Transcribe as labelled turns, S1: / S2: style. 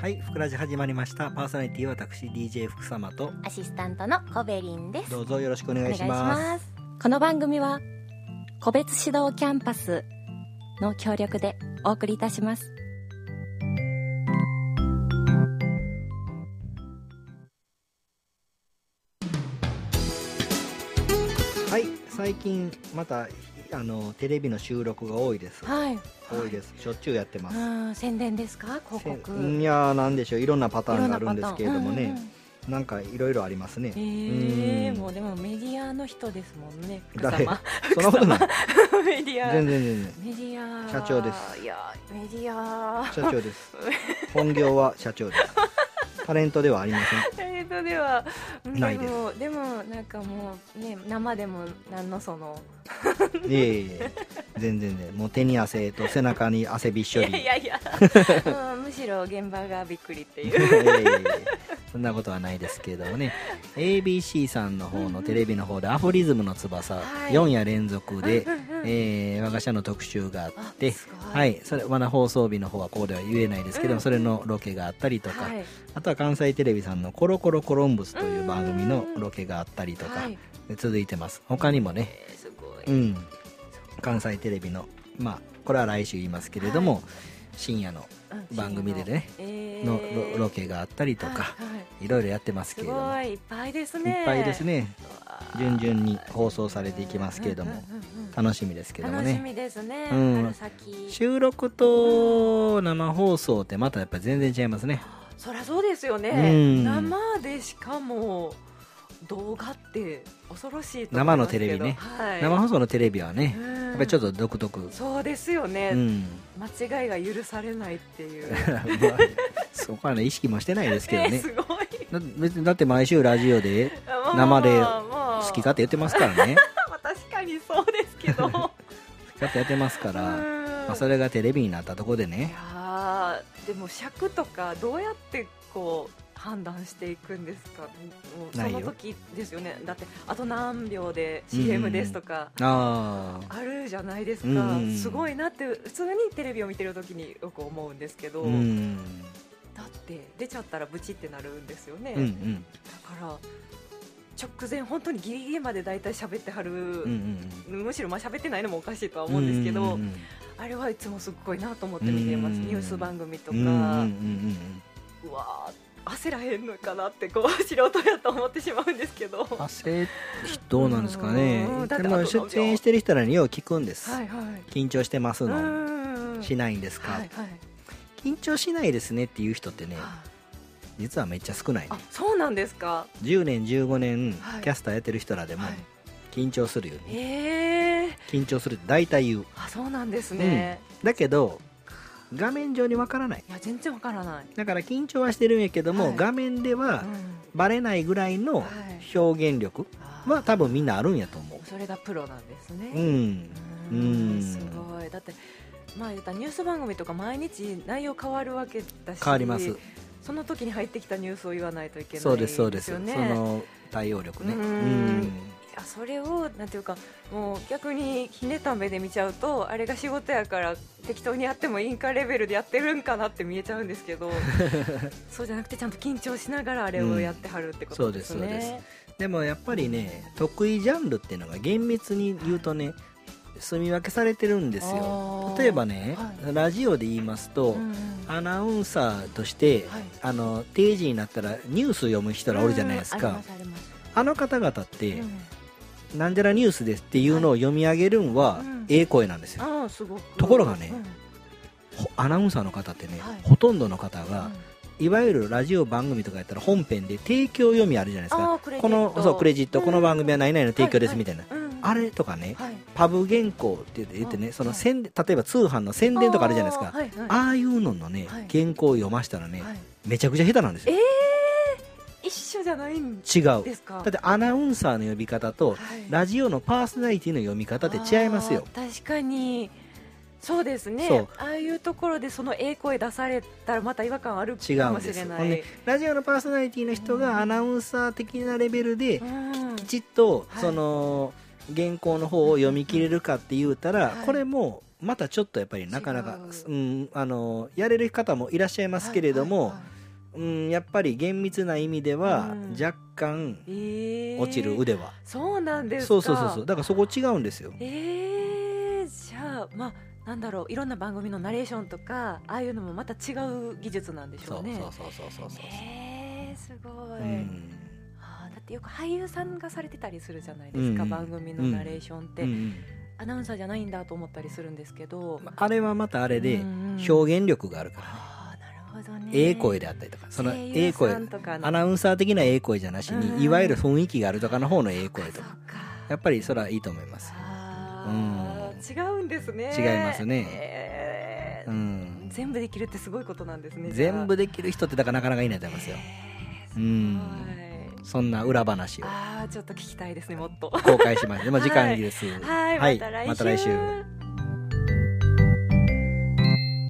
S1: はい、ふくらじ始まりました。パーソナリティは私 DJ 福様と
S2: アシスタントのコベリンです。
S1: どうぞよろしくお願いし
S2: お
S1: ます。
S2: 願いしす。
S3: この番組は個別指導キャンパスの協力でお送りいたします
S1: はい、最近またあのテレビの収録が多いです。
S2: はい。
S1: 多いです。しょっちゅうやってます。
S2: うん、宣伝ですか広告。
S1: せんいやーなんでしょういろんなパターンがあるんですけれども
S2: いろん
S1: ね
S2: なパターン。
S1: なんかいろいろありますね、
S2: ええ
S1: うん
S2: もうでもメディアの人ですもんね。
S1: 誰
S2: 福様
S1: そんなことない
S2: メディア。
S1: 全
S2: メ
S1: 然全然
S2: ディア。
S1: 社長です
S2: いや、メディア。
S1: 社長です本業は社長ですタレントではありません
S2: えーとでは、うん
S1: ないです
S2: もでもなんかもうね生でもなんのその
S1: いえいえいえ全然ねもう手に汗と背中に汗びっし
S2: い
S1: ょ
S2: や
S1: り
S2: いやいや、うんむしろ現場がびっくりっていう。
S1: いやいやいやいや そんなことはないですけれどもね ABC さんの方のテレビの方で「アフォリズムの翼」
S2: はい
S1: 4夜連続で
S2: う、んうんうん
S1: えー我が社の特集があって
S2: あすごい
S1: はい、それまだ放送日の方はここでは言えないですけども、
S2: うん
S1: それのロケがあったりとか、
S2: はい
S1: あとは関西テレビさんの「コロコロコロンブス」という番組のロケがあったりとか、
S2: はい
S1: で続いてます他にもね、
S2: えーすごい。
S1: うん、関西テレビのまあこれは来週言いますけれども、
S2: は
S1: 深夜の
S2: うん
S1: 番組でね、
S2: えー
S1: のロロケがあったりとか、
S2: はいはい
S1: いろいろやってますけ
S2: す
S1: れども
S2: ごいいっぱいです
S1: い
S2: ね。
S1: っぱいですね
S2: うわー。
S1: 順々に放送されていきますけれども
S2: うんうんうんうん
S1: 楽しみですけども
S2: 楽し
S1: ね
S2: みですね。
S1: うん
S2: 春先。
S1: 収録と生放送ってまたやっぱ全然違いますね
S2: そりゃそうですよね。
S1: うん
S2: 生でしかも動画って恐ろしいと思
S1: 生
S2: い
S1: の
S2: ます
S1: テ
S2: けど。
S1: レビね
S2: はい。
S1: 生放送のテレビはね
S2: うん
S1: やっぱりちょっと独特
S2: そうですよね。
S1: うん
S2: 間違いが許されないっていう。
S1: まあそこはね意識もしてないですけど
S2: ね
S1: ね
S2: すごい。
S1: だ別にだって毎週ラジオで 生で好
S2: 好
S1: き勝手言ってますからね
S2: 確かにそうで すけど。
S1: 好き勝手やってますから、
S2: うん
S1: まあ、それがテレビになったとこで
S2: い
S1: ね
S2: やーでも尺とかどうやってこう判断していくんですかもう
S1: な
S2: そ
S1: いよ
S2: の時ですよねだってあと何秒で
S1: うんうん
S2: CM ですとか
S1: ああ
S2: あるじゃないです
S1: うん
S2: か、
S1: うん
S2: すごいなって普通にテレビを見てる時によく思うんですけど、
S1: うん
S2: だって出ちゃったらブチってなるんですよね、
S1: うんう
S2: だ
S1: ん
S2: から直前本当にギリギリまで大体喋ってはる、
S1: うんうん
S2: むしろまあ喋ってないのもおかしいとは思うんですけど、
S1: うんうん
S2: あれはいつもすっごいなと思って見てます、
S1: うん
S2: ニュース番組と
S1: う
S2: か。
S1: んうんうん
S2: うわー焦らへんのかなってこう素人やと思ってしまうんですけど
S1: うん
S2: は
S1: 汗どうなんですかね
S2: うんだっ
S1: で
S2: て
S1: も
S2: あと
S1: 出演してる人らによう聞くんです、
S2: いはい
S1: 緊張してます
S2: う
S1: の
S2: ーん
S1: しないんですか、
S2: はいはい
S1: 緊張しないですねっていう人ってね実はめっちゃ少ないね
S2: あそうなんですか
S1: 10年15年
S2: はい
S1: キャスターやってる人らでも
S2: はい
S1: 緊張するよね、
S2: へえ
S1: 緊張するって大体言う
S2: あそうなんですね
S1: だけど画面上にわからない
S2: いや全然わからない
S1: だから緊張はしてるんやけども、
S2: はい
S1: 画面では
S2: うん
S1: バレないぐらいの
S2: はい
S1: 表現力
S2: あー
S1: は多分みんなあるんやと思
S2: それがプロなんですね
S1: ううんう
S2: うー
S1: ん
S2: んすごいだってまあ言ったらニュース番組とか毎日内容変わるわけだし
S1: 変わります
S2: その時に入ってきたニュースを言わないといけない
S1: そうですそうです
S2: よね
S1: その対応力ね
S2: う
S1: うんん
S2: いやそれをなんていうかもう逆にひねった目で見ちゃうとあれが仕事やから適当にやってもいいんかレベルでやってるんかなって見えちゃうんです けどそうじゃなくてちゃんと緊張しながらあれをやってはるってことです
S1: う
S2: ね、
S1: んそうですそうでもやっぱりね得意ジャンルっていうのが厳密に言うとね住み分けされてるんです
S2: あ
S1: よ
S2: ー
S1: 例えばね、
S2: は
S1: ラジオで言いますと、
S2: うんうん
S1: アナウンサーとして、
S2: はい
S1: あの定時になったらニュース読む人らおるじゃないですか、
S2: うんありますあります
S1: あの方々って、
S2: うん
S1: なんじゃらニュースですっていうのを読み上げるんは、
S2: うん
S1: ええ声なんですよ、
S2: あーすごく
S1: ところがね
S2: うん
S1: ほアナウンサーの方ってね、
S2: はい
S1: ほとんどの方が、いわゆるラジオ番組とかやったら本編で提供読みあるじゃないです
S2: あ
S1: か
S2: ークレジット
S1: このそうクレジット、
S2: うん
S1: この番組は何々の提供ですみたいな、
S2: うんうん
S1: あれとかね、
S2: はい
S1: パブ原稿って言ってね、
S2: うん
S1: その宣例えば通販の宣伝とかあるじゃないですか
S2: ーはいはい
S1: ああいうののね、
S2: はい
S1: 原稿を読ましたらね、
S2: はい
S1: めちゃくちゃ下手なんですよ
S2: えー、一緒じゃないん
S1: 違う
S2: ですか
S1: だってアナウンサーの呼び方と
S2: はい
S1: ラジオのパーソナリティの読み方って違いますよ
S2: あー確かにそうです
S1: そ
S2: ね
S1: う
S2: ああいうところでそのええ声出されたらまた違和感ある
S1: 違
S2: か
S1: う
S2: も
S1: ん
S2: し
S1: で
S2: れ
S1: す
S2: ない
S1: ほんでラジオのパーソナリティの人
S2: うん
S1: がアナウンサー的なレベルで
S2: うん
S1: きちっと
S2: はい
S1: その原稿の方を読み切れるかって言うたら
S2: はい
S1: これもまたちょっとやっぱりなかなか
S2: 違う
S1: うんあのやれる方もいらっしゃいますけれども
S2: はい
S1: うん、やっぱり厳密な意味では
S2: うん
S1: 若干
S2: えー
S1: 落ちる腕は、
S2: そうなんですか
S1: そうそうそうそうだからそこ違うんですよ
S2: えー、じゃあまあなんだろういろんな番組のナレーションとかああいうのもまた違う技術なんでし
S1: そ
S2: ょ
S1: う
S2: うね
S1: そうそうそうそうそう
S2: えー、すごい、
S1: うん
S2: あーだってよく俳優さんがされてたりするじゃないですか、
S1: うん
S2: 番組のナレーションって、
S1: うんうん
S2: アナウンサーじゃないんだと思ったりするんですけど、
S1: まああれはまたあれで
S2: うんうん
S1: 表現力があるから、
S2: あーなるほどね
S1: ええ声であったりとかその
S2: 声優
S1: ええ声
S2: さんとかの
S1: アナウンサー的なええ声じゃなし
S2: うん
S1: にいわゆる雰囲気があるとかの方のええ声と
S2: そ
S1: か
S2: うか
S1: やっぱりそれはいいと思います
S2: あー違うんですね
S1: 違いますね
S2: えー
S1: うん
S2: 全部できるってすごいことなんですねじゃあ
S1: 全部できる人ってだからなかなかいないと思いますよ
S2: えー
S1: う
S2: すごい
S1: んそんな裏話を
S2: ああちょっと聞きたいですねもっと
S1: 公開しました。まあ時間切れです。
S2: はいまた来週
S1: また来週。